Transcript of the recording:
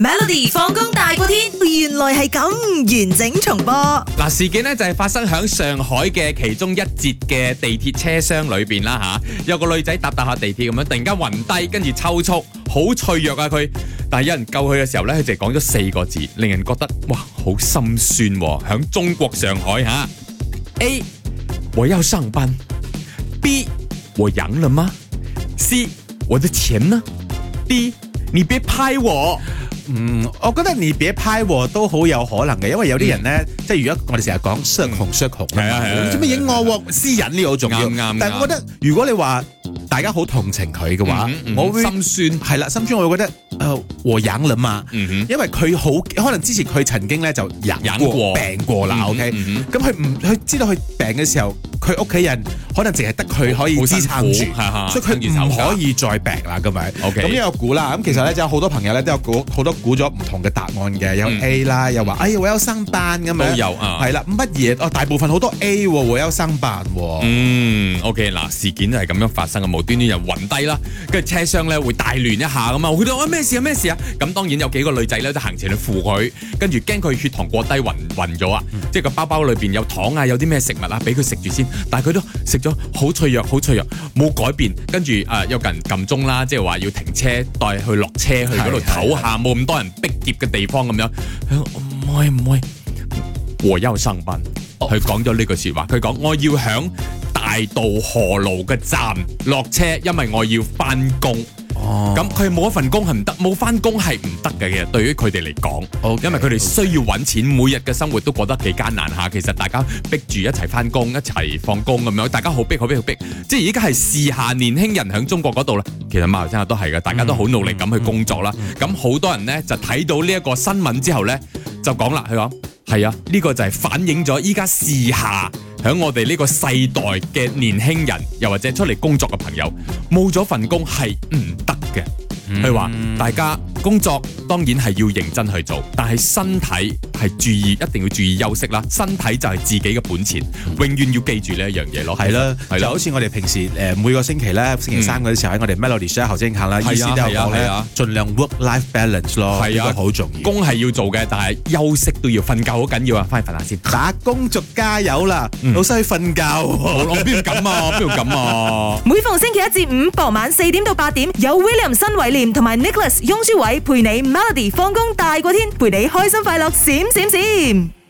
Melody 放工大過天，原來係咁完整重播。嗱，事件呢就係發生喺上海嘅其中一節嘅地鐵車廂裏邊啦吓，有個女仔搭搭下地鐵咁樣，突然間暈低，跟住抽搐，好脆弱啊佢。但係有人救佢嘅時候呢，佢就講咗四個字，令人覺得哇好心酸喎。響中國上海吓，A 我要上班，B 我陽了嗎？C 我的錢呢？D 你別拍我。嗯，我覺得你別派喎都好有可能嘅，因為有啲人咧，即係如果我哋成日講雙紅雙紅，嗯係啊係啊你做咩影我喎？私隱呢個好重要，啱啱但係我覺得如果你話大家好同情佢嘅話嗯嗯，嗯我會心酸係啦，心中我會覺得誒和養啦嘛，嗯哼因為佢好可能之前佢曾經咧就忍忍過過病過啦嗯哼，OK，嗯咁佢唔佢知道佢病嘅時候，佢屋企人可能淨係得佢可以好支辛撐苦住係係，所以撐住佢手唔㗎可以再病啦，咁咪 OK 咁呢有估啦，咁其實咧就有好多朋友咧都有估好多估咗唔同嘅答案嘅，有 A 啦，又話哎呀我有生班咁樣，嗯都有啊係啦，乜嘢哦大部分好多 A 喎，我有生班喎，嗯，OK 嗱，事件就係咁樣發生嘅，無端端人暈低啦，跟住車廂咧會大亂一下咁啊，好多啊咩事啊咩事啊，咁當然有幾個女仔咧都行前去扶佢，跟住驚佢血糖過低暈暈咗啊，即係個包包裏邊有糖啊，有啲咩食物啊，俾佢食住先，但係佢都食咗好脆弱，好脆弱，冇改變，跟住誒有個人撳鐘啦，即係話要停車帶佢落車去嗰度係係唞下，冇咁多人逼劫嘅地方咁樣，唔可以唔可以。和優生賓，佢講咗呢句説話，佢講我要響大渡河路嘅站落車，因為我要翻工。哦咁佢冇一份工係唔得，冇翻工係唔得嘅。其實對於佢哋嚟講 OK，因為佢哋需要揾錢，每日嘅生活都過得幾艱難下。其實大家逼住一齊翻工，一齊放工咁樣，大家好逼好逼好逼。即係而家係試下年輕人喺中國嗰度咧，其實馬來西亞都係嘅，大家都好努力咁去工作啦。咁好、多人呢，就睇到呢一個新聞之後呢，就講啦，佢講係啊，呢、個就係反映咗依家試下。喺我哋呢個世代嘅年輕人，又或者出嚟工作嘅朋友，冇咗份工係唔得嘅。嗯佢話、大家工作當然係要認真去做，但係身體係注意，一定要注意休息啦。身體就係自己嘅本錢，永遠要記住呢一樣嘢咯。嗯係啦，係就啦好，似我哋平時誒每個星期咧，星期三嗰啲時候喺我哋 Melody Share 頭先行啦，係啊醫師都有講係咧啊，盡量 work life balance 咯，呢係啊個好重要。工係要做嘅，但係休息都要，瞓覺好緊要啊！翻去瞓 下先。打工族加油啦，老細去瞓覺喎。我我邊度咁啊？我邊度咁啊？每逢星期一至五傍晚四點到八點，有 William 新偉廉同埋 Nicholas 雍舒偉陪你 Melody 放工大過天，陪你開心快樂閃閃閃。